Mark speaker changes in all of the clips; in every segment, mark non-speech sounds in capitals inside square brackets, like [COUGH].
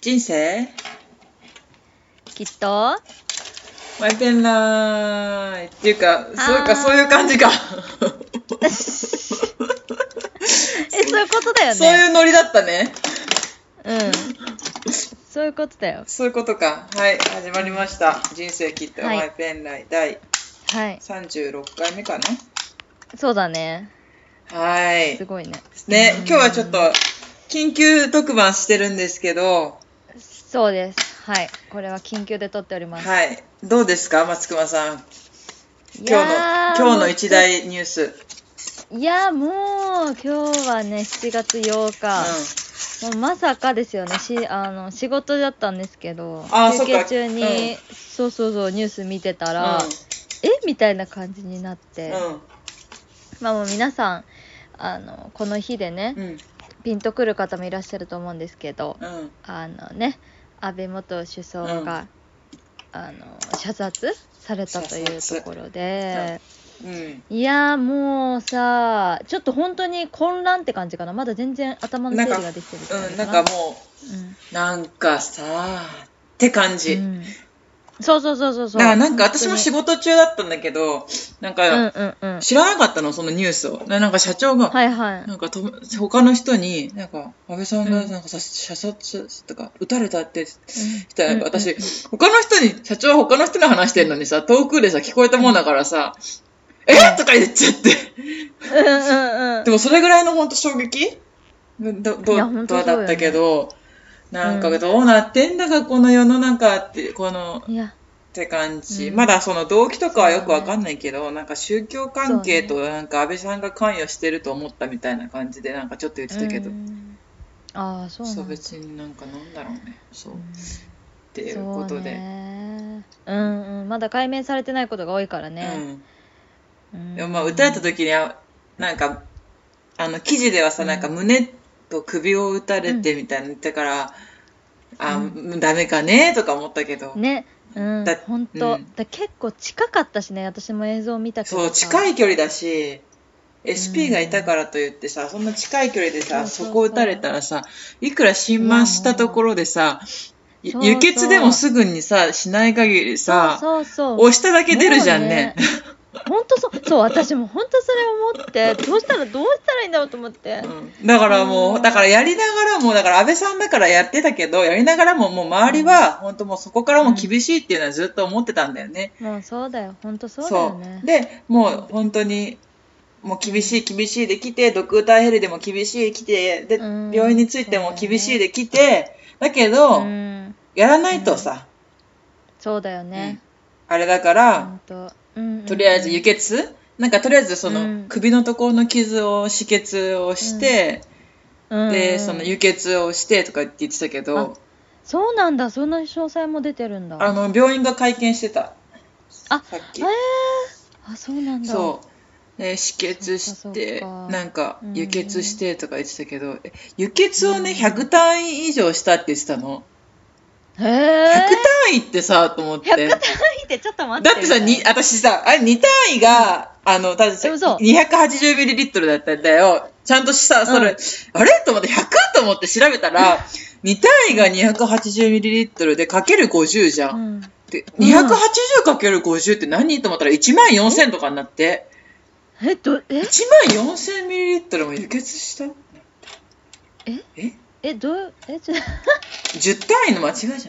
Speaker 1: 人生
Speaker 2: きっと
Speaker 1: マイペンライっていうか、そういう
Speaker 2: あー
Speaker 1: か、そういう感じか。
Speaker 2: えそういうことだよね
Speaker 1: そういうノリだったね。
Speaker 2: うんそういうことだよ
Speaker 1: そういうことか。はい、始まりました。人生切った
Speaker 2: はい
Speaker 1: マイペンライ第
Speaker 2: はい
Speaker 1: 36回目かな。
Speaker 2: そうだね
Speaker 1: はい
Speaker 2: す。ごいね
Speaker 1: ね
Speaker 2: う、ん
Speaker 1: 今日はちょっと緊急特番してるんですけど、
Speaker 2: そうですはいこれは緊急で撮っております、
Speaker 1: はい。どうですか、松隈さん。
Speaker 2: い
Speaker 1: 今日
Speaker 2: やー、
Speaker 1: の、今日の一大ニュース。
Speaker 2: いやもう今日はね7月8
Speaker 1: う
Speaker 2: 日、もうまさかですよねしあの仕事だったんですけど
Speaker 1: あーそ
Speaker 2: 休
Speaker 1: っか
Speaker 2: 憩中に、
Speaker 1: うん
Speaker 2: そうそうそうニュース見てた
Speaker 1: ん。
Speaker 2: ら、えみたいな感じになって、まあもう皆さんあのこの日でね、
Speaker 1: うん。うん。
Speaker 2: ピンとくる方もいらっしゃると思うんですけど
Speaker 1: うん。
Speaker 2: あのね安倍元首相が、あの射殺されたというところで、
Speaker 1: うん。
Speaker 2: いやーもうさちょっと本当に混乱って感じかなまだ全然頭の整理ができてるって感
Speaker 1: うん、
Speaker 2: じ
Speaker 1: なん
Speaker 2: な
Speaker 1: かもう、なんかさ、って感じ。
Speaker 2: うんうんそうそうそうそうそう
Speaker 1: だからなんか私も仕
Speaker 2: 事
Speaker 1: 事中だったんだけど、なん
Speaker 2: うん
Speaker 1: か
Speaker 2: うんうん
Speaker 1: 知らなかったの、そのニュースを。ななんか社長が、
Speaker 2: はいはい
Speaker 1: なんかと他の人に、なんか安倍さんが
Speaker 2: うん
Speaker 1: なんかさ射殺とか撃たれたってした
Speaker 2: う
Speaker 1: ら、
Speaker 2: ん
Speaker 1: 私、他の人に、社長は他の人に話してんのにさ、遠くでさ、聞こえたもんだからさ、えとか言っちゃって。
Speaker 2: うんうんうん
Speaker 1: でもそれぐらいの本当衝撃ど、ど
Speaker 2: いや
Speaker 1: ど
Speaker 2: 本
Speaker 1: う
Speaker 2: 当そうよ
Speaker 1: だ
Speaker 2: ね
Speaker 1: ったけど、なん
Speaker 2: う
Speaker 1: か
Speaker 2: ん
Speaker 1: どうなってんだか、この世の中って、この、
Speaker 2: いや
Speaker 1: って感じ、
Speaker 2: うん
Speaker 1: まだその動機とかはよくわかんないけど、なんか宗教関係
Speaker 2: そ
Speaker 1: となんか安倍さんが関与してると思ったみたいな感じでなんかちょっと言ってたけど、
Speaker 2: うんああそう
Speaker 1: そ
Speaker 2: な
Speaker 1: うん
Speaker 2: だ
Speaker 1: 別になんかなんだろうねそうっ
Speaker 2: うん
Speaker 1: ていうことで
Speaker 2: そうねうんうんまだ解明されてないことが多いからね、うん
Speaker 1: うん、でもまあ撃たれた時にあなんかあの記事ではさ、
Speaker 2: うん
Speaker 1: なんか胸と首を撃たれてみたいなの言ったから、あ、ダメかねとか思ったけど、
Speaker 2: ねうん
Speaker 1: だ
Speaker 2: 本当、
Speaker 1: うん
Speaker 2: だ結構近かったしね私も映像見たけど
Speaker 1: そう近
Speaker 2: い
Speaker 1: い距離だし SP がいたからといってさ、そんな近い距離でさ
Speaker 2: そうそうそう
Speaker 1: そこ撃たれたらさいくら浸満したところでさ、ゆ
Speaker 2: そうそう
Speaker 1: 輸血でもすぐにさしない限りさ
Speaker 2: そうそう
Speaker 1: 押しただけ出るじゃんね。
Speaker 2: 本当そうそう私も本当それ思ってどうしたらどうしたらいいんだろうと思って、
Speaker 1: うんだからも
Speaker 2: う
Speaker 1: う、
Speaker 2: ん
Speaker 1: だからやりながらも、だから安倍さんだからやってたけど、やりながらももう周りは、本当もうそこからも厳しいっていうのはずっと思ってたんだよね。
Speaker 2: もうそうだよ本当そうだよね
Speaker 1: そうでもう本当にもう厳しい厳しいで来てドクターヘリでも厳しい来てで
Speaker 2: うん
Speaker 1: 病院についても厳しいで来てだけど、
Speaker 2: うん
Speaker 1: やらないとさ、
Speaker 2: そうだよね、
Speaker 1: あれだから、
Speaker 2: 本当うんうん
Speaker 1: とりあえず輸血なんかとりあえずその、
Speaker 2: うん
Speaker 1: 首のところの傷を止血をして、
Speaker 2: うんうん
Speaker 1: でその輸血をしてとかって言ってたけど
Speaker 2: そうなんだそんな詳細も出てるんだ
Speaker 1: あの病院が会見してた
Speaker 2: あ
Speaker 1: さっき。
Speaker 2: えーあそうなんだ
Speaker 1: そう。ね、止血して、
Speaker 2: そっかそっか
Speaker 1: なんか
Speaker 2: うん
Speaker 1: 輸血してとか言ってたけど、え輸血をね、100単位以上したって言ってたの。
Speaker 2: へ
Speaker 1: 100
Speaker 2: え
Speaker 1: 単位ってさ、と思って。
Speaker 2: 100単位ってちょっと待
Speaker 1: だ
Speaker 2: って
Speaker 1: ってさ、に私さ、あれ2単位が、あの、たぶん
Speaker 2: でもそう
Speaker 1: 280ml だったんだよ。ちゃんとさ、それ、
Speaker 2: うん
Speaker 1: あれと思って100と思って調べたら、2単位が 280ml でかける50じゃ。
Speaker 2: うんん
Speaker 1: で
Speaker 2: うん
Speaker 1: 280×50 って何と思ったら1万4000とかになって。
Speaker 2: えどえ
Speaker 1: 1万4000ミリリットルも輸血した
Speaker 2: え
Speaker 1: え
Speaker 2: えどうえちょ
Speaker 1: 10単位の間違いじゃない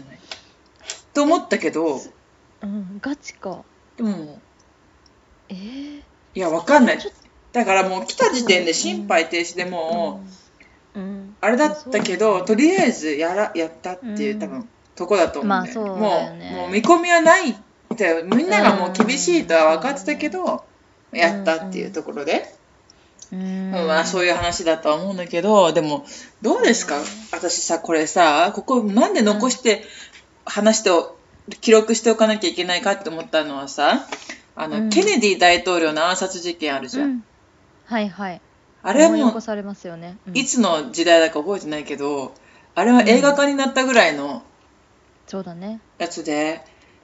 Speaker 1: と思ったけど
Speaker 2: [LAUGHS] うんガチか
Speaker 1: でも
Speaker 2: えー、
Speaker 1: いやわかんない
Speaker 2: ちょっと
Speaker 1: だからもう来た時点で心肺停止でもう
Speaker 2: うん、うん、
Speaker 1: あれだったけどとりあえずやらやったっていううん多分とこだと思うんだよ
Speaker 2: まあ
Speaker 1: ね
Speaker 2: そうだよね
Speaker 1: もうもう見込みはないってみんながもう厳しいとは分かってたけど
Speaker 2: ん
Speaker 1: やったっていうところで、
Speaker 2: う
Speaker 1: う
Speaker 2: ん
Speaker 1: んまあそういう話だとは思うんだけどでもどうですか、
Speaker 2: うん
Speaker 1: 私さこれさここなんで残して話してお記録しておかなきゃいけないかって思ったのはさあの、
Speaker 2: うん
Speaker 1: ケネディ大統領の暗殺事件あるじゃん、
Speaker 2: うんはいはい
Speaker 1: あれ
Speaker 2: 思い起
Speaker 1: も
Speaker 2: こされますよね、うん
Speaker 1: いつの時代だか覚えてないけどあれは映画化になったぐらいの
Speaker 2: そうだね
Speaker 1: やつで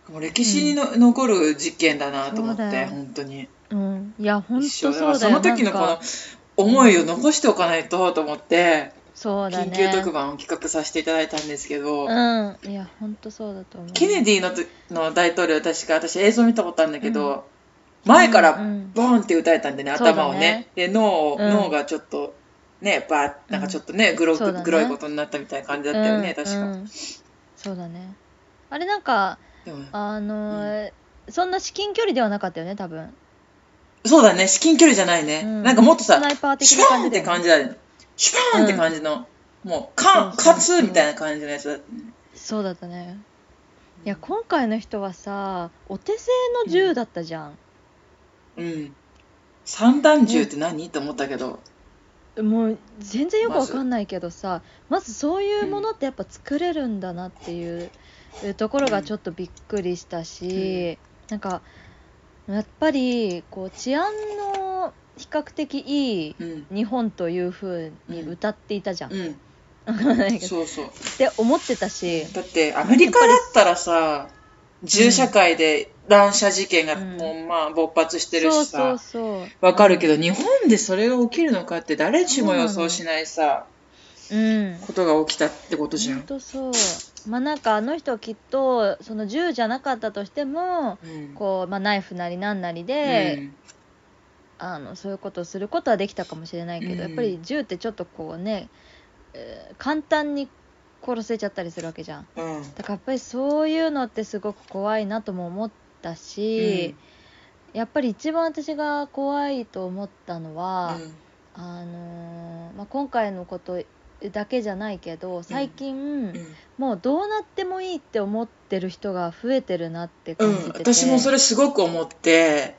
Speaker 1: もう歴史にの、残る事件だなと思っ
Speaker 2: そうだ
Speaker 1: て
Speaker 2: よ
Speaker 1: 本当に
Speaker 2: うんいや本当
Speaker 1: 一
Speaker 2: そ
Speaker 1: 生
Speaker 2: うだよ
Speaker 1: その時のこ
Speaker 2: なん
Speaker 1: の
Speaker 2: か
Speaker 1: 思いを残しておかないとと思って。
Speaker 2: そうだね
Speaker 1: 緊急特番を企画させていただいたんですけど、
Speaker 2: うんいや本当そうだと思う
Speaker 1: ケネディのとの大統領確か私映像見たことあるんだけど、前から
Speaker 2: うんうん
Speaker 1: ボーンって撃たれたんでね、
Speaker 2: そうだね
Speaker 1: 頭をねで脳を、
Speaker 2: うん
Speaker 1: 脳がちょっとねバーなんかちょっとね、グロ
Speaker 2: そうだね
Speaker 1: グロいことになったみたいな感じだったよね、
Speaker 2: うん
Speaker 1: 確か、
Speaker 2: うんそうだねあれなんか
Speaker 1: でも
Speaker 2: あのーそんな至近距離ではなかったよね多分、
Speaker 1: そうだね至近距離じゃないね、
Speaker 2: うん
Speaker 1: なんかもっと
Speaker 2: ス
Speaker 1: さ
Speaker 2: ナイパー的
Speaker 1: シュ
Speaker 2: な
Speaker 1: ワ
Speaker 2: 感
Speaker 1: ーン
Speaker 2: じ
Speaker 1: って
Speaker 2: で、
Speaker 1: 感じだよねシュワーンって感じの、もうカン
Speaker 2: そうそう
Speaker 1: カツみたいな感じのやつだったね
Speaker 2: そうだったねいや今回の人はさお手製の銃だったじゃん、
Speaker 1: うん三段銃って何、と思ったけど
Speaker 2: もう全然よくわかんないけどさまずそういうものってやっぱ作れるんだなっていうところがちょっとびっくりしたし、なんかやっぱりこう治安の比較的いい
Speaker 1: うん
Speaker 2: 日本というふうに歌っていたじゃん、
Speaker 1: うん
Speaker 2: [LAUGHS] っ
Speaker 1: そうそう
Speaker 2: て思ってたし
Speaker 1: だってアメリカだったらさ銃社会で乱射事件が
Speaker 2: うん
Speaker 1: もうまあ勃発してる
Speaker 2: そう
Speaker 1: し
Speaker 2: そう
Speaker 1: さ
Speaker 2: そう
Speaker 1: わかるけど日本でそれが起きるのかって誰しも予想しないさ
Speaker 2: うん
Speaker 1: ことが起きたってことじゃ
Speaker 2: 本
Speaker 1: ん。
Speaker 2: 当そうまあなんかあの人きっとその銃じゃなかったとしても
Speaker 1: うん
Speaker 2: こう、まあ、ナイフなりなんなりで、あのそういうことをすることはできたかもしれないけど、
Speaker 1: うん
Speaker 2: やっぱり銃ってちょっとこうね、えー簡単に殺せちゃったりするわけじゃん
Speaker 1: うんうん
Speaker 2: だからやっぱりそういうのってすごく怖いなとも思ったし、やっぱり一番私が怖いと思ったのは、
Speaker 1: うん
Speaker 2: あのーまあ、今回のことだけじゃないけど最近、
Speaker 1: うん
Speaker 2: もうどうなってもいいって思ってる人が増えてるなって
Speaker 1: う
Speaker 2: 感じて
Speaker 1: ん
Speaker 2: て、
Speaker 1: 私もそれすごく思って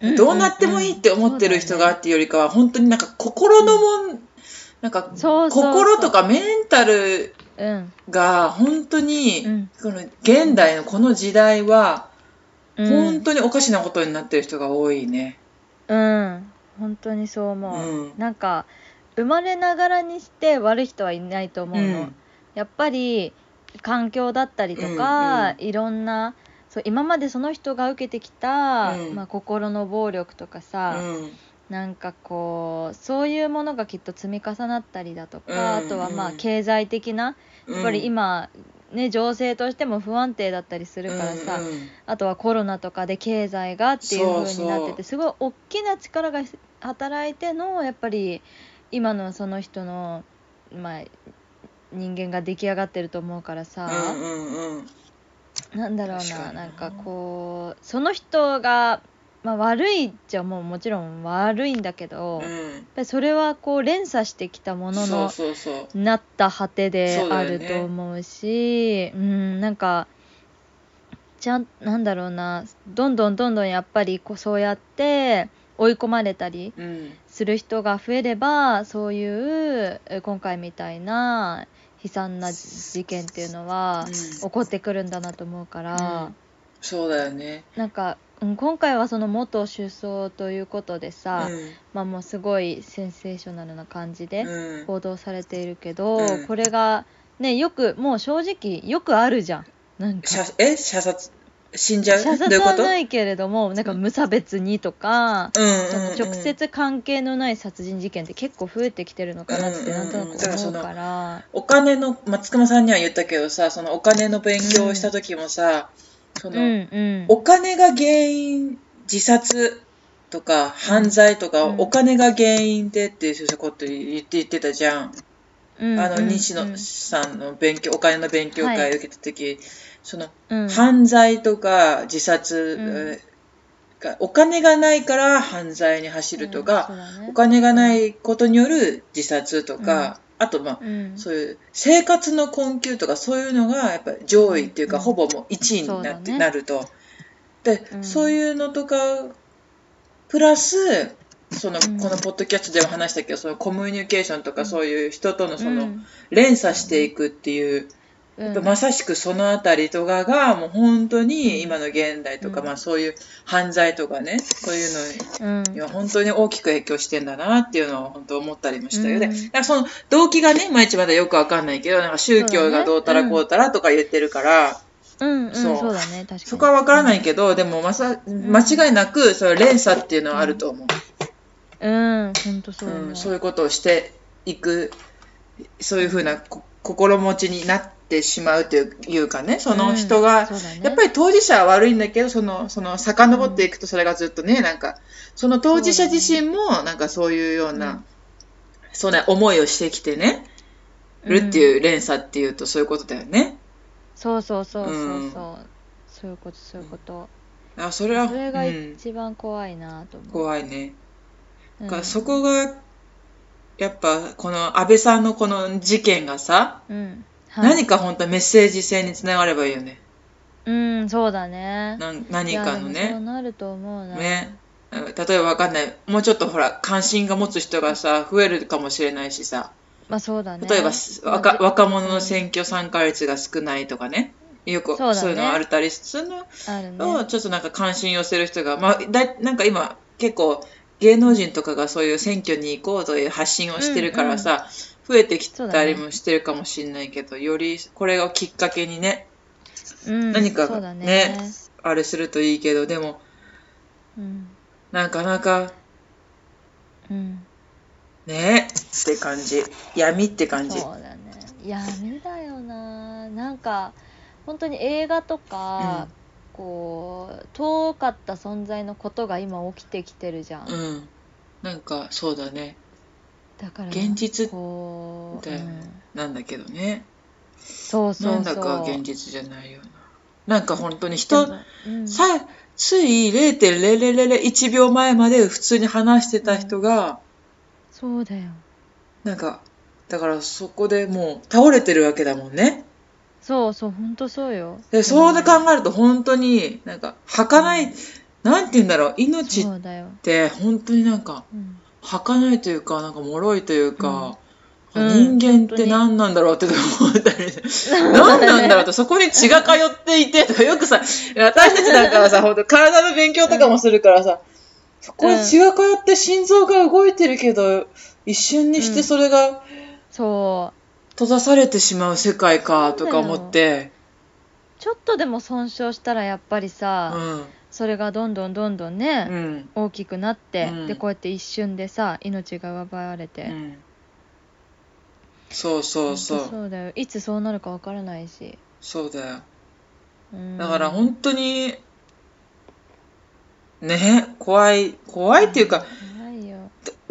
Speaker 2: うんうん
Speaker 1: どうなってもいいって思ってる人がっていうよりかは本当になんか心のもんなんか
Speaker 2: そうそうそう
Speaker 1: 心とかメンタル
Speaker 2: うん
Speaker 1: が本当に、
Speaker 2: うん
Speaker 1: この現代のこの時代は
Speaker 2: うん
Speaker 1: 本当におかしなことになってる人が多いね。
Speaker 2: うん本当にそう思う、
Speaker 1: うん
Speaker 2: なんか生まれながらにして悪い人はいないと思うの、
Speaker 1: うん
Speaker 2: やっぱり環境だったりと
Speaker 1: う
Speaker 2: か、
Speaker 1: んう
Speaker 2: いろんなそう今までその人が受けてきた、
Speaker 1: うん
Speaker 2: まあ、心の暴力とかさ、なんかこうそういうものがきっと積み重なったりだとか、
Speaker 1: うん
Speaker 2: あとはまあ
Speaker 1: うん
Speaker 2: 経済的な
Speaker 1: うん
Speaker 2: やっぱり今、ね、情勢としても不安定だったりするからさ、
Speaker 1: うんうん
Speaker 2: あとはコロナとかで経済がっていう風になってて
Speaker 1: そうそう
Speaker 2: すごい大きな力が働いてのやっぱり今のその人の、まあ、人間が出来上がってると思うからさ、
Speaker 1: うんうんうん
Speaker 2: なんだろう
Speaker 1: 確か
Speaker 2: な
Speaker 1: に
Speaker 2: なんかこうその人が、まあ、悪いじゃもうもちろん悪いんだけど、やっ
Speaker 1: うん
Speaker 2: ぱりそれはこう連鎖してきたもの
Speaker 1: そ
Speaker 2: の
Speaker 1: うそうそう
Speaker 2: なった果てで
Speaker 1: そうだ
Speaker 2: あ
Speaker 1: よ
Speaker 2: る
Speaker 1: ね
Speaker 2: と思うしう、ん、なんかちゃんなんだろうなどんどんどんどんやっぱりこうそうやって追い込まれたり
Speaker 1: うん
Speaker 2: する人が増えればそういうえ今回みたいな悲惨な事件っていうのは
Speaker 1: うん
Speaker 2: 起こってくるんだなと思うから、
Speaker 1: うんそうだよね。
Speaker 2: なんか、うん、今回はその元首相ということでさ、
Speaker 1: う
Speaker 2: まあもうすごいセンセーショナルな感じで。
Speaker 1: んうん
Speaker 2: 報道されているけど、
Speaker 1: うん
Speaker 2: これがねよくもう正直よくあるじゃんなんか
Speaker 1: 射え射殺死んじゃう
Speaker 2: 射
Speaker 1: どうい
Speaker 2: 殺
Speaker 1: うこ
Speaker 2: は
Speaker 1: と
Speaker 2: ないけれどもなんか無差別にとか、
Speaker 1: うん
Speaker 2: そ
Speaker 1: うん
Speaker 2: の
Speaker 1: うん
Speaker 2: 直接関係のない殺人事件って結構増えてきてるのかなって
Speaker 1: うん
Speaker 2: なんとなく
Speaker 1: うんだから
Speaker 2: 思
Speaker 1: そうの
Speaker 2: から、
Speaker 1: お金の松隈さんには言ったけどさそのお金の勉強をした時もさ、そ
Speaker 2: うん
Speaker 1: の、
Speaker 2: うん
Speaker 1: お金が原因自殺とか犯罪とか、
Speaker 2: うん
Speaker 1: お金が原因でっていうこと言って言ってたじゃん、
Speaker 2: うん
Speaker 1: あの
Speaker 2: うん
Speaker 1: 西野さんの勉強お金の勉強会を受けた時、その
Speaker 2: うん
Speaker 1: 犯罪とか自殺が、お金がないから犯罪に走るとか、
Speaker 2: うんそうだね
Speaker 1: お金がないことによる自殺とか、あとまあ
Speaker 2: うん
Speaker 1: そういう生活の困窮とかそういうのがやっぱり上位っていうか、
Speaker 2: うん
Speaker 1: ほぼもう1位に
Speaker 2: そう
Speaker 1: な
Speaker 2: だ
Speaker 1: って、
Speaker 2: ね
Speaker 1: なるとで、
Speaker 2: うん
Speaker 1: そういうのとかプラスその、
Speaker 2: うん
Speaker 1: このポッドキャストでも話したけどそのコミュニケーションとかそういう人とのそうの
Speaker 2: ん
Speaker 1: 連鎖していくっていう、
Speaker 2: うん
Speaker 1: やっぱまさしくそのあたりとかがもう本当に今の現代とか、
Speaker 2: うん
Speaker 1: まあ、そういう犯罪とかねそういうの
Speaker 2: うん
Speaker 1: には本当に大きく影響してんだなっていうのを本当思ったりもしたよね。
Speaker 2: うん
Speaker 1: だからその動機がね、いまいちまだよくわかんないけど、なんか宗教がどうたらこうたらとか言ってるから、そ,、
Speaker 2: うんうん
Speaker 1: そう
Speaker 2: そうだね確かに
Speaker 1: こはわからないけど、でもまさ、間違いなく、その連鎖っていうのはあると思う。
Speaker 2: うん本当そう
Speaker 1: う
Speaker 2: 思う、
Speaker 1: ん、そういうことをしていくそういうふうなこ心持ちになってしまうといういうかね、その人
Speaker 2: うん
Speaker 1: が、
Speaker 2: そうだね
Speaker 1: やっぱり当事者は悪いんだけど、その、その、遡っていくとそれがずっとね、なんか、その当事者自身も、なんかそういうよう
Speaker 2: うん
Speaker 1: な、そうな思いをしてきてね、るっていう連鎖っていうとそういうことだよね。
Speaker 2: そうそうそうそうそ
Speaker 1: う
Speaker 2: う、
Speaker 1: ん
Speaker 2: そういうことそういうこと
Speaker 1: あそれは、
Speaker 2: それが
Speaker 1: うん、
Speaker 2: 一番怖いなと思う、
Speaker 1: 怖いね。
Speaker 2: うん
Speaker 1: だからそこが、やっぱ、この安倍さんのこの事件がさ、
Speaker 2: うん、はい
Speaker 1: 何か本当メッセージ性につながればいいよね。
Speaker 2: うんそうだね
Speaker 1: なん何かの
Speaker 2: いやでもそ
Speaker 1: ね。
Speaker 2: うなると思うな、
Speaker 1: ね。うん例えばわかんない。もうちょっとほら、関心が持つ人がさ、増えるかもしれないしさ。
Speaker 2: まあそうだね
Speaker 1: 例えば、若
Speaker 2: まあ
Speaker 1: 若者の選挙参加率が少ないとかね。よく
Speaker 2: そうだね
Speaker 1: そういうのあるたりするの
Speaker 2: あるね
Speaker 1: を、ちょっとなんか関心寄せる人が、まあ、だなんか今、結構芸能人とかがそういう選挙に行こうという発信をしてるからさ、増えてきたりもしてるかもしれないけど、よりこれをきっかけにね、
Speaker 2: うん、
Speaker 1: 何か
Speaker 2: そうだね
Speaker 1: ねあれするといいけど、でも、
Speaker 2: うん
Speaker 1: なかなか
Speaker 2: うん
Speaker 1: ねって感じ闇って感じ
Speaker 2: そうだね闇だよななんか本当に映画とか、こう遠かった存在のことが今起きてきてるじゃん、
Speaker 1: うんなんかそうだね
Speaker 2: だから
Speaker 1: 現実
Speaker 2: こう、
Speaker 1: だよね
Speaker 2: うん
Speaker 1: なんだけどね
Speaker 2: そうそうそう
Speaker 1: なんだか現実じゃないようななんか本当に
Speaker 2: で
Speaker 1: 人
Speaker 2: もうん
Speaker 1: さつい0.0001秒前まで普通に話してた人が、
Speaker 2: そうだよ
Speaker 1: なんかだからそこでもう倒れてるわけだもんね
Speaker 2: そうそう本当そうよ
Speaker 1: でそう考えると本当になんか儚いなんて言うんだろう命っ
Speaker 2: そうだよ、
Speaker 1: て本当になんか
Speaker 2: うん、
Speaker 1: 儚いというか、なんか脆いというか、
Speaker 2: うん
Speaker 1: 人間って何なんだろうって思ったりして、何なんだろうって、そこに血が通っていて、とかよくさ、私たちなんかはさ、本当体の勉強とかもするからさ、そこに血が通って心臓が動いてるけど、一瞬にしてそれが
Speaker 2: そう
Speaker 1: 閉ざされてしまう世界か、とか思って、
Speaker 2: ちょっとでも損傷したらやっぱり
Speaker 1: う
Speaker 2: さ、
Speaker 1: ん。
Speaker 2: それがどんどんどんどん
Speaker 1: う
Speaker 2: ね、
Speaker 1: ん。
Speaker 2: 大きくなって、
Speaker 1: うん
Speaker 2: でこうやって一瞬でさ命が奪われて、
Speaker 1: うんそうそうそ
Speaker 2: 本当
Speaker 1: う。
Speaker 2: そうだよいつそうなるかわからないし、
Speaker 1: そうだよ。
Speaker 2: うん、
Speaker 1: だから本当に、ね、怖い、怖いっていうか、
Speaker 2: 怖いよ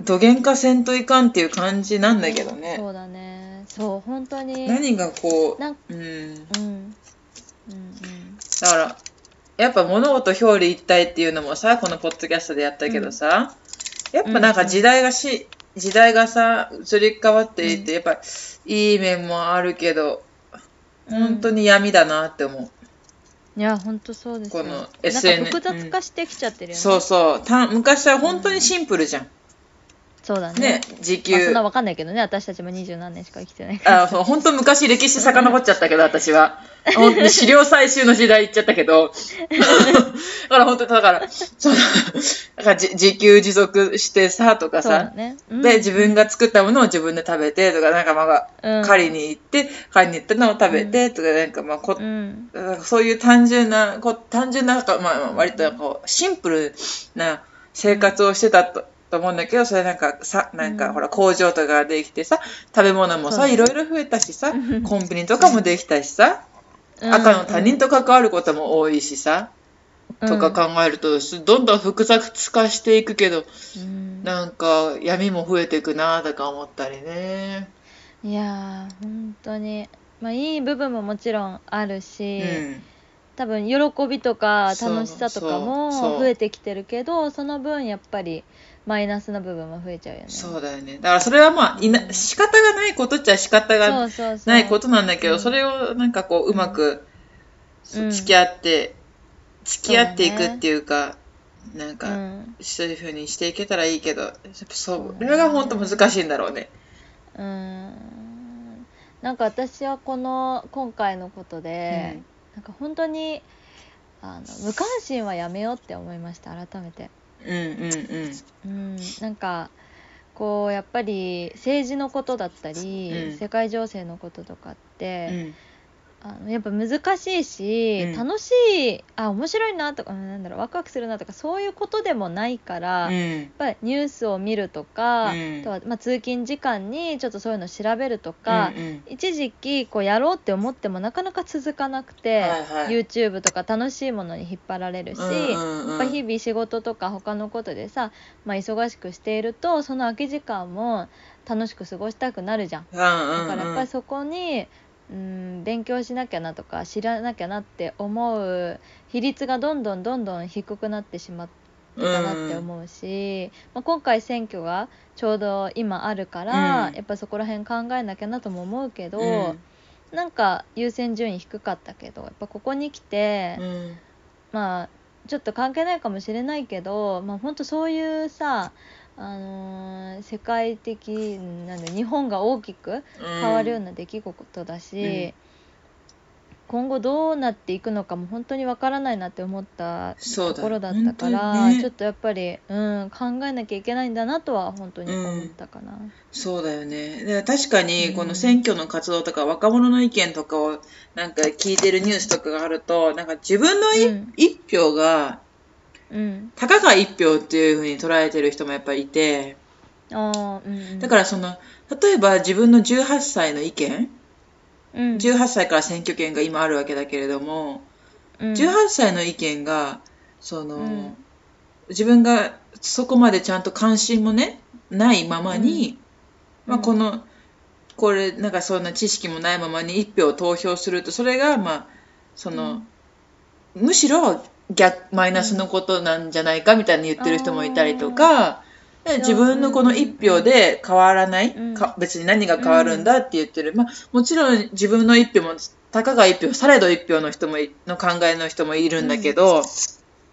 Speaker 1: どげんかせんといかんっていう感じなんだけどね。
Speaker 2: そうだねそう本当に
Speaker 1: 何がこ
Speaker 2: なん
Speaker 1: う、うん。
Speaker 2: うんうんうん
Speaker 1: だから、やっぱ物事表裏一体っていうのもさ、このポッドキャストでやったけどさ、やっぱなんか時代がし、時代がさ、移り変わっていて、やっぱいい面もあるけど、本当に闇だなって思う。
Speaker 2: いや本当そうですよ
Speaker 1: この
Speaker 2: なんか
Speaker 1: SN
Speaker 2: 複雑化してきちゃってるよね、
Speaker 1: そうそう。た昔は本当にシンプルじゃん。
Speaker 2: そうだね
Speaker 1: ね、時
Speaker 2: まあ、そん
Speaker 1: 給。
Speaker 2: なわかんないけどね私たちも二十何年しか生きてないから
Speaker 1: あそう本当昔歴史遡っちゃったけど、私は。ほん資料採集の時代行っちゃったけど。だから本当、だから、その、だからじ自給自足してさ、とか
Speaker 2: そうだ
Speaker 1: さ。
Speaker 2: ね、
Speaker 1: で、自分が作ったものを自分で食べて、とか、なんかまあ、
Speaker 2: 分
Speaker 1: 狩りに行って、狩りに行ったのを食べて、とか、なんかまあ、こ
Speaker 2: うん
Speaker 1: なんかそういう単純な、こ単純な、かまあまあ、割とこうシンプルな生活をしてたと。と思うんだけど、それなんかさ、なん
Speaker 2: う
Speaker 1: か
Speaker 2: ん
Speaker 1: ほら工場とかができてさ、食べ物もさ、
Speaker 2: そう
Speaker 1: いろいろ増えたしさ
Speaker 2: うん、
Speaker 1: コンビニとかもできたしさ、
Speaker 2: うん
Speaker 1: 赤の他人と関わることも多いしさ、とか考えると、どんどん複雑化していくけど、
Speaker 2: うん
Speaker 1: なんか闇も増えていくなとか思ったりね。
Speaker 2: いやー本当にまあいい部分ももちろんあるし、
Speaker 1: うん。
Speaker 2: 多分喜びとか
Speaker 1: そう
Speaker 2: 楽しさとか
Speaker 1: そうそ
Speaker 2: も
Speaker 1: う
Speaker 2: 増えてきてるけどその分やっぱりマイナスの部分も増えちゃうよね
Speaker 1: そうだよね。だからそれはまあ、いな、仕方がないことっちゃ仕方が
Speaker 2: そうそうそう
Speaker 1: ないことなんだけど、
Speaker 2: うん
Speaker 1: それをなんかこううまく
Speaker 2: うん
Speaker 1: そう付き合って、付き合っていくっていうか、なん
Speaker 2: う
Speaker 1: か
Speaker 2: ん、
Speaker 1: そういうふうにしていけたらいいけど、やっぱそ
Speaker 2: そう
Speaker 1: れが本当難しいんだろうね。
Speaker 2: うん、なんか私はこの今回のことで、
Speaker 1: うん
Speaker 2: なんか本当にあの無関心はやめようって思いました改めて
Speaker 1: うんうん
Speaker 2: うん、なんかこうやっぱり政治のことだったり、
Speaker 1: うん
Speaker 2: 世界情勢のこととかっ
Speaker 1: うん。う
Speaker 2: て、
Speaker 1: ん
Speaker 2: あのやっぱ難しいし、
Speaker 1: うん
Speaker 2: 楽しいあ面白いなとかうんなんだろうワクワクするなとかそういうことでもないから、
Speaker 1: う
Speaker 2: やっ
Speaker 1: ん
Speaker 2: ぱりニュースを見るとか、
Speaker 1: うん
Speaker 2: あとは、まあ、通勤時間にちょっとそういうの調べるとか、
Speaker 1: うんうん
Speaker 2: 一時期こうやろうって思ってもなかなか続かなくて、
Speaker 1: はいはい
Speaker 2: YouTube とか楽しいものに引っ張られるし、
Speaker 1: うんうんうん
Speaker 2: やっぱ日々仕事とか他のことでさ、まあ、忙しくしているとその空き時間も楽しく過ごしたくなるじゃん。だからやっぱりそこに、うん、勉強しなきゃなとか知らなきゃなって思う比率がどんどんどんどん低くなってしまってたなって思うし、まあ、今回選挙がちょうど今あるから、
Speaker 1: うん
Speaker 2: やっぱそこら辺考えなきゃなとも思うけど、
Speaker 1: うん
Speaker 2: なんか優先順位低かったけどやっぱここに来て、
Speaker 1: うん
Speaker 2: まあちょっと関係ないかもしれないけど、まあ、本当そういうさあのー世界的うんなんだ日本が大きく変わるような出来事だし、
Speaker 1: うん
Speaker 2: 今後どうなっていくのかも本当にわからないなって思った
Speaker 1: そう
Speaker 2: と
Speaker 1: だ
Speaker 2: ころだったから、
Speaker 1: 本当にね
Speaker 2: ちょっとやっぱり、うん、考えなきゃいけないんだなとは本当に思ったかな。
Speaker 1: そうだよね。で確か
Speaker 2: うん
Speaker 1: に、この選挙の活動とか、若者の意見とかを、なんか聞いてるニュースとかがあると、なんか自分のい
Speaker 2: うん
Speaker 1: 一票が、
Speaker 2: うん、
Speaker 1: たかが一票っていうふうに捉えてる人もやっぱりいて、
Speaker 2: あーうん、
Speaker 1: だからその、例えば自分の18歳の意見、
Speaker 2: ら、うん、
Speaker 1: 18歳から選挙権が今あるわけだけれども、
Speaker 2: うん
Speaker 1: 18歳の意見が、その、
Speaker 2: うん
Speaker 1: 自分がそこまでちゃんと関心もね、ないままに、
Speaker 2: うん
Speaker 1: まあ、この、これ、なんかそんな知識もないままに一票投票すると、それが、まあ、その、むしろ逆、マイナスのことなんじゃないかみたいに言ってる人もいたりとか、で自分のこの一票で変わらない、
Speaker 2: うん
Speaker 1: か別に何が変わるんだって言ってる。まあ、もちろん自分の一票も、たかが一票、されど一票の人もい、の考えの人もいるんだけど、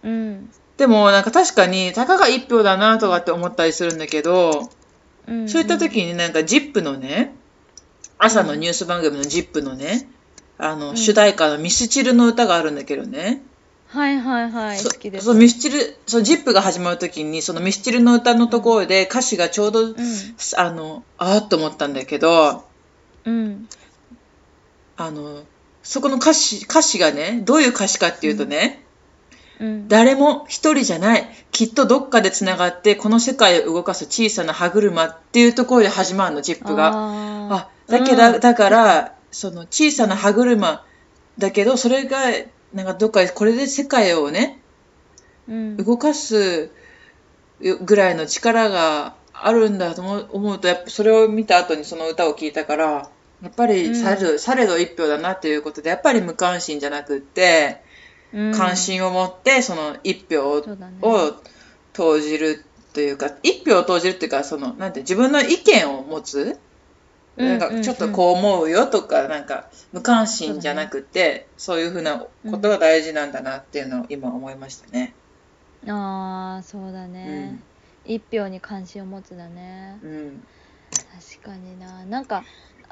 Speaker 2: うん
Speaker 1: でもなんか確かにたかが一票だなとかって思ったりするんだけど、
Speaker 2: うん、
Speaker 1: そういった時になんか ZIP のね、朝のニュース番組の ZIP のね、あの、
Speaker 2: うん
Speaker 1: 主題歌のミスチルの歌があるんだけどね。
Speaker 2: はいはいはい
Speaker 1: そ
Speaker 2: 好きです
Speaker 1: そう、ミスチル、そう、ZIP が始まる時に、そのミスチルの歌のところで歌詞がちょうど、
Speaker 2: うん
Speaker 1: あの、あーっと思ったんだけど、
Speaker 2: うん
Speaker 1: あの、そこの歌詞、歌詞がね、どういう歌詞かっていうとね、
Speaker 2: うん
Speaker 1: 誰も一人じゃない。きっとどっかで繋がって、この世界を動かす小さな歯車っていうところで始まるの、ジップが。
Speaker 2: あ
Speaker 1: あ、だけど、
Speaker 2: うん
Speaker 1: だから、その小さな歯車だけど、それが、なんかどっかで、これで世界をね、
Speaker 2: ー、うん、
Speaker 1: 動かすぐらいの力があるんだと思思うと、やっぱそれを見た後にその歌を聴いたから、やっぱ
Speaker 2: うん
Speaker 1: りされど、されど一票だなということで、やっぱり無関心じゃなくって、
Speaker 2: うん
Speaker 1: 関心を持って、その一票を
Speaker 2: そうだね
Speaker 1: を投じるというか一票を投じるっていうかそのなんて自分の意見を持つ、
Speaker 2: うん
Speaker 1: なんかちょっとこう思うよとかなんか無関心じゃなくてそう,、いうふうなことが大事なんだなっていうのを今思いましたね。
Speaker 2: ああそうだ
Speaker 1: う
Speaker 2: ね
Speaker 1: ん、
Speaker 2: 一票に関心を持つだね
Speaker 1: うん
Speaker 2: 確かにななんか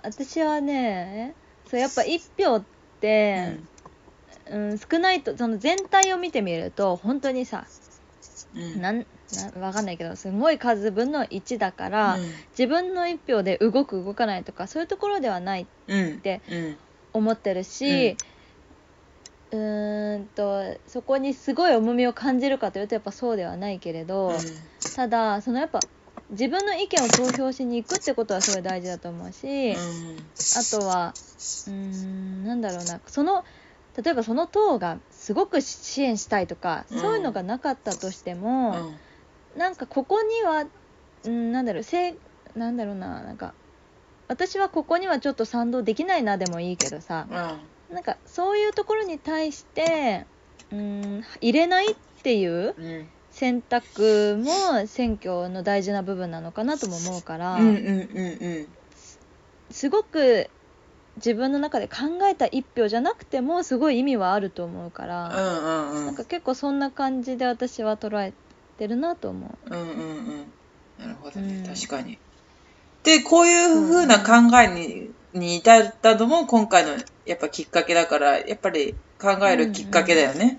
Speaker 2: 私はねそうやっぱ一票って、うん少ないとその全体を見てみると本当にさ
Speaker 1: うん
Speaker 2: なんなんわかんないけどすごい数分の1だから、
Speaker 1: うん
Speaker 2: 自分の一票で動く動かないとかそういうところではない
Speaker 1: うん
Speaker 2: て
Speaker 1: うん
Speaker 2: 思ってるし、うーんとそこにすごい重みを感じるかというとやっぱそうではないけれど、ただそのやっぱ自分の意見を投票しに行くってことはすごい大事だと思うし、あとはうーんなんだろうなその例えばその党がすごく支援したいとか、
Speaker 1: うん
Speaker 2: そういうのがなかったとして
Speaker 1: う
Speaker 2: も、
Speaker 1: ん
Speaker 2: なんかここには、うん、なんだろうせいなんだろうななんか私はここにはちょっと賛同できないなでもいいけどさ、
Speaker 1: うん
Speaker 2: なんかそういうところに対してうん入れないっていう
Speaker 1: うん
Speaker 2: 選択も選挙の大事な部分なのかなとも思うから、
Speaker 1: うんうんうん
Speaker 2: すごく自分の中で考えた一票じゃなくてもすごい意味はあると思うから、
Speaker 1: うん
Speaker 2: なんか結構そんな感じで私は捉えてるなと思
Speaker 1: うんうんうんなるほど
Speaker 2: うん
Speaker 1: ね、確かに。で、こういうふうな考えに,、に至ったのも今回のやっぱきっかけだから、やっぱり考えるきっかけだよね。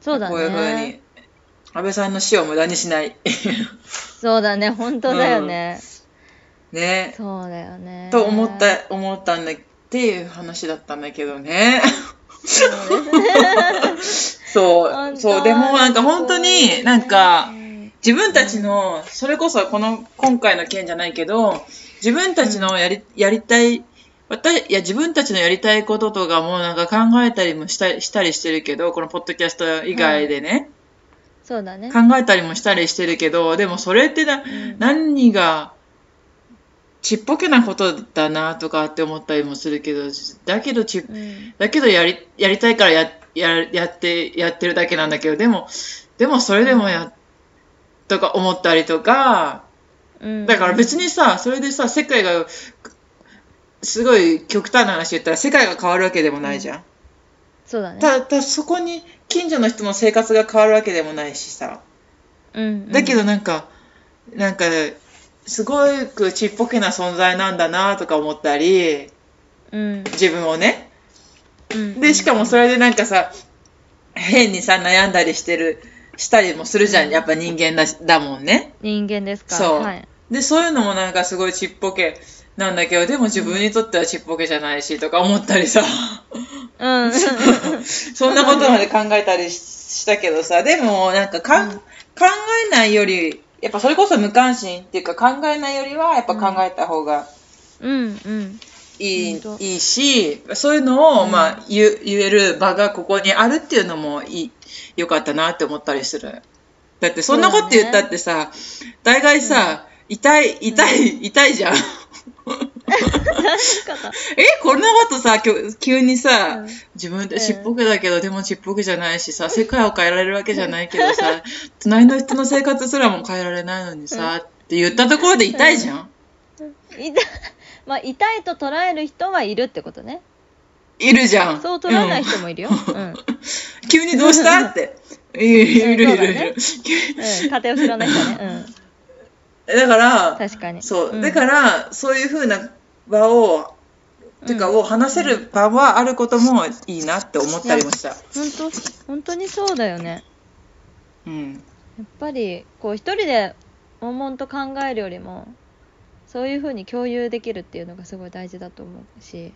Speaker 2: うそうだね
Speaker 1: こういうふうに。安倍さんの死を無駄にしない。
Speaker 2: そうだね本当だよね、
Speaker 1: ね。
Speaker 2: そうだよね
Speaker 1: と思った、思ったんだっていう話だったんだけどね。
Speaker 2: そうですね
Speaker 1: そ
Speaker 2: 本
Speaker 1: う、
Speaker 2: 当
Speaker 1: そう、でもなんか本当になんか
Speaker 2: うん
Speaker 1: 自分たちの、それこそこの今回の件じゃないけど、自分たちのやり、やりたい、私、いや自分たちのやりたいこととかもなんか考えたりもしたしたりしてるけど、このポッドキャスト以外でね、
Speaker 2: そうだね。
Speaker 1: 考えたりもしたりしてるけど、でもそれってな、
Speaker 2: うん
Speaker 1: 何がちっぽけなことだなとかって思ったりもするけど、だけどちっ
Speaker 2: うん
Speaker 1: だけどやり、やりたいからや、や、やって、やってるだけなんだけど、でも、でもそれでもや、とか思ったりとか、
Speaker 2: うん
Speaker 1: だから別にさ、それでさ、世界が、すごい極端な話言ったら世界が変わるわけでもないじゃん。
Speaker 2: そうだね。
Speaker 1: ただ、そこに近所の人の生活が変わるわけでもないしさ。
Speaker 2: うん
Speaker 1: だけどなんか、なんか、すごくちっぽけな存在なんだなとか思ったり、
Speaker 2: うん
Speaker 1: 自分をね。
Speaker 2: うん
Speaker 1: で、しかもそれでなんかさ、変にさ、悩んだりしてる、したりもするじゃん。やっぱ人間だしだもんね。
Speaker 2: 人間ですから。
Speaker 1: そう
Speaker 2: はい。
Speaker 1: で、そういうのもなんかすごいちっぽけなんだけど、でも自分にとってはちっぽけじゃないし、とか思ったりさ、
Speaker 2: うん。
Speaker 1: そんなことまで考えたりししたけどさ、でもなんかかん、考えないより、やっぱそれこそ無関心っていうか考えないよりは、やっぱ考えた方が
Speaker 2: うんうん。
Speaker 1: いい、
Speaker 2: 本当
Speaker 1: いいし、そういうのを、
Speaker 2: うん
Speaker 1: まあ言う、言える場がここにあるっていうのもいい、良かったなって思ったりする。だって、そんなこと言ったってさ、大概さ、痛い、痛い、痛いじゃん。 [LAUGHS] え、
Speaker 2: 方
Speaker 1: こんなことさ、きょ急にさ、
Speaker 2: うん
Speaker 1: 自分
Speaker 2: う
Speaker 1: で
Speaker 2: ん
Speaker 1: ちっぽけだけど、でもちっぽけじゃないしさ、世界を変えられるわけじゃないけど
Speaker 2: [LAUGHS]
Speaker 1: さ、隣の人の生活すらも変えられないのにさ、って言ったところで痛いじゃん。
Speaker 2: 痛い [LAUGHS] まあ痛いと捉える人はいるってことね。
Speaker 1: いるじゃん。
Speaker 2: そう捉えない
Speaker 1: うん
Speaker 2: 人もいるよ。うん。うん
Speaker 1: 急にどうしたって。いるいるいるいる。
Speaker 2: 家庭を知らない人ね。
Speaker 1: だか
Speaker 2: うん。
Speaker 1: ら、
Speaker 2: 確かに。
Speaker 1: そう、
Speaker 2: ん
Speaker 1: だから、そういうふうな場を、てか、
Speaker 2: うん
Speaker 1: を話せる場はあることもいいなって思ったりもした。
Speaker 2: 本当本当にそうだよね。
Speaker 1: うん。
Speaker 2: やっぱりこう一人で悶々と考えるよりもそういうふうに共有できるっていうのがすごい大事だと思うし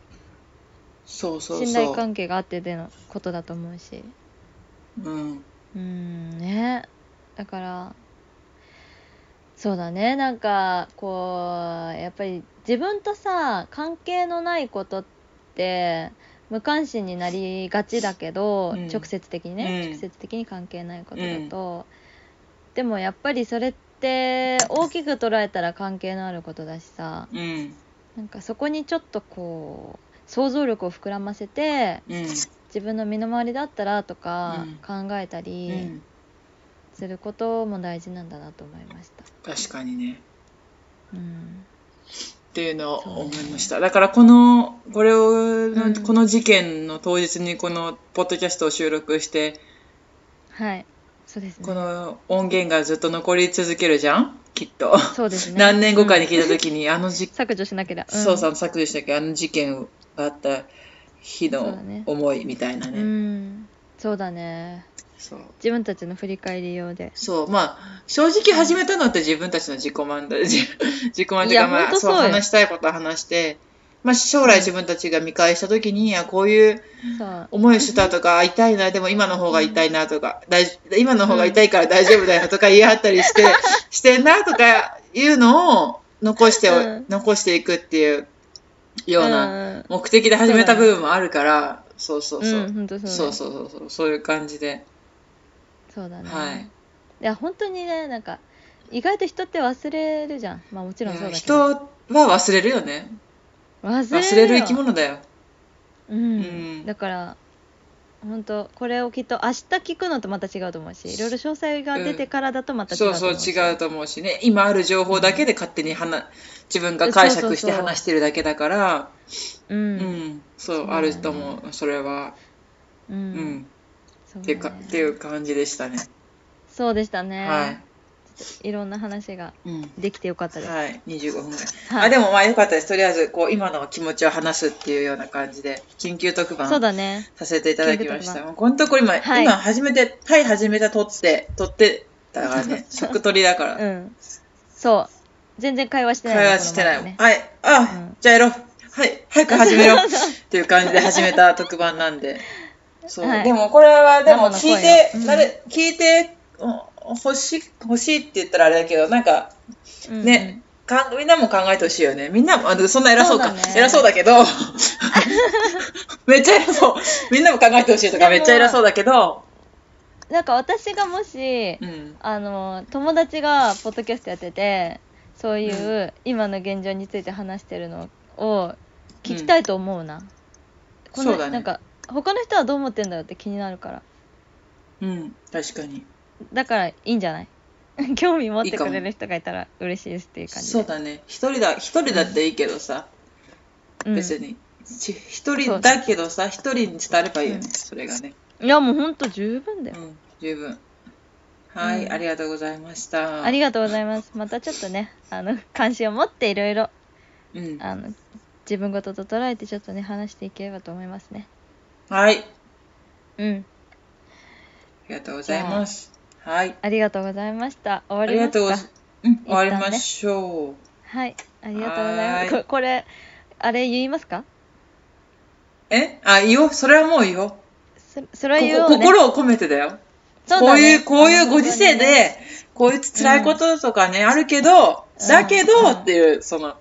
Speaker 1: そうそうそう。
Speaker 2: 信頼関係があってでのことだと思うし
Speaker 1: うん。
Speaker 2: うーんねだからそうだねなんかこうやっぱり自分とさ関係のないことって無関心になりがちだけど、
Speaker 1: うん
Speaker 2: 直接的にね、
Speaker 1: うん
Speaker 2: 直接的に関係ないことだと、でもやっぱりそれって大きく捉えたら関係のあることだしさ
Speaker 1: うん。
Speaker 2: なんかそこにちょっとこう想像力を膨らませて
Speaker 1: うん。
Speaker 2: 自分の身の回りだったらとか考えた
Speaker 1: う
Speaker 2: り、
Speaker 1: ん。
Speaker 2: することも大事なんだなと思いました。
Speaker 1: 確かにね。
Speaker 2: うん、
Speaker 1: っていうのを思いました。だからこの、これを、
Speaker 2: ん
Speaker 1: この事件の当日にこのポッドキャストを収録して、
Speaker 2: はい、そうです
Speaker 1: こ
Speaker 2: ね。
Speaker 1: の音源がずっと残り続けるじゃんきっ
Speaker 2: [LAUGHS]
Speaker 1: と。
Speaker 2: そうですね。
Speaker 1: 何年後かに
Speaker 2: うん
Speaker 1: 聞いた時に、あの事件
Speaker 2: 削除しなければ。
Speaker 1: そうさん削除したっけあの事件があった日
Speaker 2: そうだ
Speaker 1: の
Speaker 2: ね
Speaker 1: 思いみたいな
Speaker 2: う
Speaker 1: ね。
Speaker 2: ん、そうだね。
Speaker 1: そう。
Speaker 2: 自分たちの振り返り用で。
Speaker 1: そう。まあ、正直始めたのって自分たちの自己満だ。自 [LAUGHS] 自己満っていうか、
Speaker 2: いや
Speaker 1: ま
Speaker 2: ほん
Speaker 1: あ、
Speaker 2: と
Speaker 1: そ
Speaker 2: そう
Speaker 1: う、
Speaker 2: よ
Speaker 1: 話したいことは話して、まあ、将来自分たちが見返した時に、あ、こういう
Speaker 2: そう。
Speaker 1: 思いをしてたとか、痛いな、でも今の方が痛いなとか、大今の方が痛いから大丈夫だよとか言い合ったりして、 [LAUGHS] してんなとかいうのを残してお、
Speaker 2: うん
Speaker 1: 残していくっていうような、
Speaker 2: な。
Speaker 1: 目的で始めた部分もあるから、そうそう
Speaker 2: う
Speaker 1: そう。
Speaker 2: ん、本当そう,、ね、
Speaker 1: そうそうそうそう、そういう感じで。
Speaker 2: そうだね。
Speaker 1: はい
Speaker 2: や、本当にね、なんか意外と人って忘れるじゃん。まあもちろんそうだけ
Speaker 1: 人
Speaker 2: ど。
Speaker 1: は忘れるよね。
Speaker 2: 忘れ
Speaker 1: 忘れる
Speaker 2: よ
Speaker 1: 生き物だよ。
Speaker 2: うん、
Speaker 1: うん
Speaker 2: だから本当これをきっと明日聞くのとまた違うと思うしいろいろ詳細が出てからだとまた違うと
Speaker 1: そ
Speaker 2: 思
Speaker 1: う
Speaker 2: う
Speaker 1: そう、
Speaker 2: し
Speaker 1: 違うと思うしね。今ある情報だけで勝手に話、自分が解釈して
Speaker 2: そうそうそう
Speaker 1: 話してるだけだから、
Speaker 2: う
Speaker 1: うんん、そうう、
Speaker 2: だね
Speaker 1: あると思う、それは。
Speaker 2: う、
Speaker 1: うんん。
Speaker 2: そう
Speaker 1: っていう
Speaker 2: だ
Speaker 1: か、
Speaker 2: ね
Speaker 1: っていう感じでしたね。
Speaker 2: そうでしたね、、
Speaker 1: はい
Speaker 2: ろんな話が
Speaker 1: い。うん。
Speaker 2: できてよかったです、
Speaker 1: はい、25分ぐらい。
Speaker 2: はい
Speaker 1: あ、でもまあよかったです。とりあえず、こう、今の気持ちを話すっていうような感じで、緊急特番。
Speaker 2: そうだね
Speaker 1: させていただきまし
Speaker 2: 聞いて
Speaker 1: た。もうこのところ今、
Speaker 2: はい
Speaker 1: 今初めて、タイ始めた撮
Speaker 2: [LAUGHS]
Speaker 1: って、撮ってだからね、食取りだから、
Speaker 2: うんそう全然会話してない
Speaker 1: 会話してないもん。
Speaker 2: ね
Speaker 1: はい、あ、
Speaker 2: うん
Speaker 1: じゃあやろう。はい、早く始め
Speaker 2: [LAUGHS]
Speaker 1: ようっていう感じで始めた特番なんで。そう、
Speaker 2: はい
Speaker 1: でもこれは、でも
Speaker 2: 生の声
Speaker 1: 聞
Speaker 2: を
Speaker 1: いて、
Speaker 2: うん
Speaker 1: 誰、聞いて、お欲しい、欲しいって言ったらあれだけど、なんか、ねかんみんなも考えてほしいよね。みんなも、あのそんな偉そうか。
Speaker 2: そうだね
Speaker 1: 偉そうだけ
Speaker 2: [LAUGHS]
Speaker 1: ど。めっちゃ偉そう。みんなも考えてほしいと
Speaker 2: で
Speaker 1: か、
Speaker 2: も
Speaker 1: めっちゃ偉そうだけど。
Speaker 2: うんなんか私がもし
Speaker 1: うん。
Speaker 2: あの友達がポッドキャストやっててそういう、今の現状について話してるのを聞きたいと思うな、この
Speaker 1: そうだね
Speaker 2: なんか他の人はどう思ってんだろうって気になるから
Speaker 1: うん。確かに。
Speaker 2: だからいいんじゃない [LAUGHS] 興味持っ
Speaker 1: いい
Speaker 2: て
Speaker 1: か
Speaker 2: く
Speaker 1: も
Speaker 2: れる人がいたら嬉しいですっていう感じ
Speaker 1: そうだね。一人だ、一人だっていいけどさ。
Speaker 2: うん
Speaker 1: 別に。ち一人だけどさ、一人に伝わればいいよね。それがね。
Speaker 2: いやもうほんと十分だよ、
Speaker 1: うん。十分。はい、
Speaker 2: うん
Speaker 1: ありがとうございました。
Speaker 2: ありがとうございますまたちょっとねあの関心を持っていろいろ
Speaker 1: うん。
Speaker 2: あの自分ごとと捉えてちょっとね話していければと思いますね
Speaker 1: はい。あ
Speaker 2: うん
Speaker 1: りがとうございます。はい。
Speaker 2: ありがとうございました終わ
Speaker 1: あ
Speaker 2: り
Speaker 1: り
Speaker 2: ま
Speaker 1: が
Speaker 2: す
Speaker 1: とうご
Speaker 2: か
Speaker 1: ざいます。うん、終わりましょう。
Speaker 2: はい、ありがとうございます。
Speaker 1: はーい
Speaker 2: ここれ、あれ言いますか
Speaker 1: えあ、いいよ。それはもういいよ。
Speaker 2: そそれは言お
Speaker 1: こ
Speaker 2: う、ね。
Speaker 1: 心を込めてだよ。
Speaker 2: そう
Speaker 1: こ
Speaker 2: だ
Speaker 1: うい
Speaker 2: ね
Speaker 1: う、こういうご時世
Speaker 2: 本当にね
Speaker 1: で、こういう辛いこととかね、あるけど、
Speaker 2: うん
Speaker 1: だけど
Speaker 2: うん
Speaker 1: っていう、その、
Speaker 2: うん、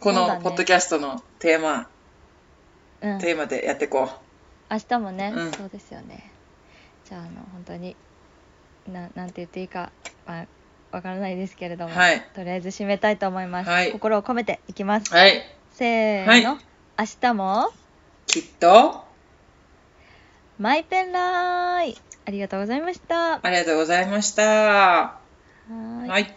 Speaker 1: こ
Speaker 2: そうだ
Speaker 1: の
Speaker 2: ね
Speaker 1: ポッドキャストのテーマ、
Speaker 2: うん、
Speaker 1: テーマでやっていこ
Speaker 2: 明日もね、
Speaker 1: うん
Speaker 2: そうですよね。じゃあ、あの、本当に、ななんて言っていいか、まあ、わからないですけれど
Speaker 1: う。
Speaker 2: も、
Speaker 1: はい。
Speaker 2: とりあえず締めたいと思います。
Speaker 1: はい
Speaker 2: 心を込めていきます。
Speaker 1: はい。
Speaker 2: せーの、
Speaker 1: はい
Speaker 2: 明日も、
Speaker 1: きっと、
Speaker 2: マイペンライありがとうございました。は
Speaker 1: ありがとうございました。
Speaker 2: ーい
Speaker 1: はい。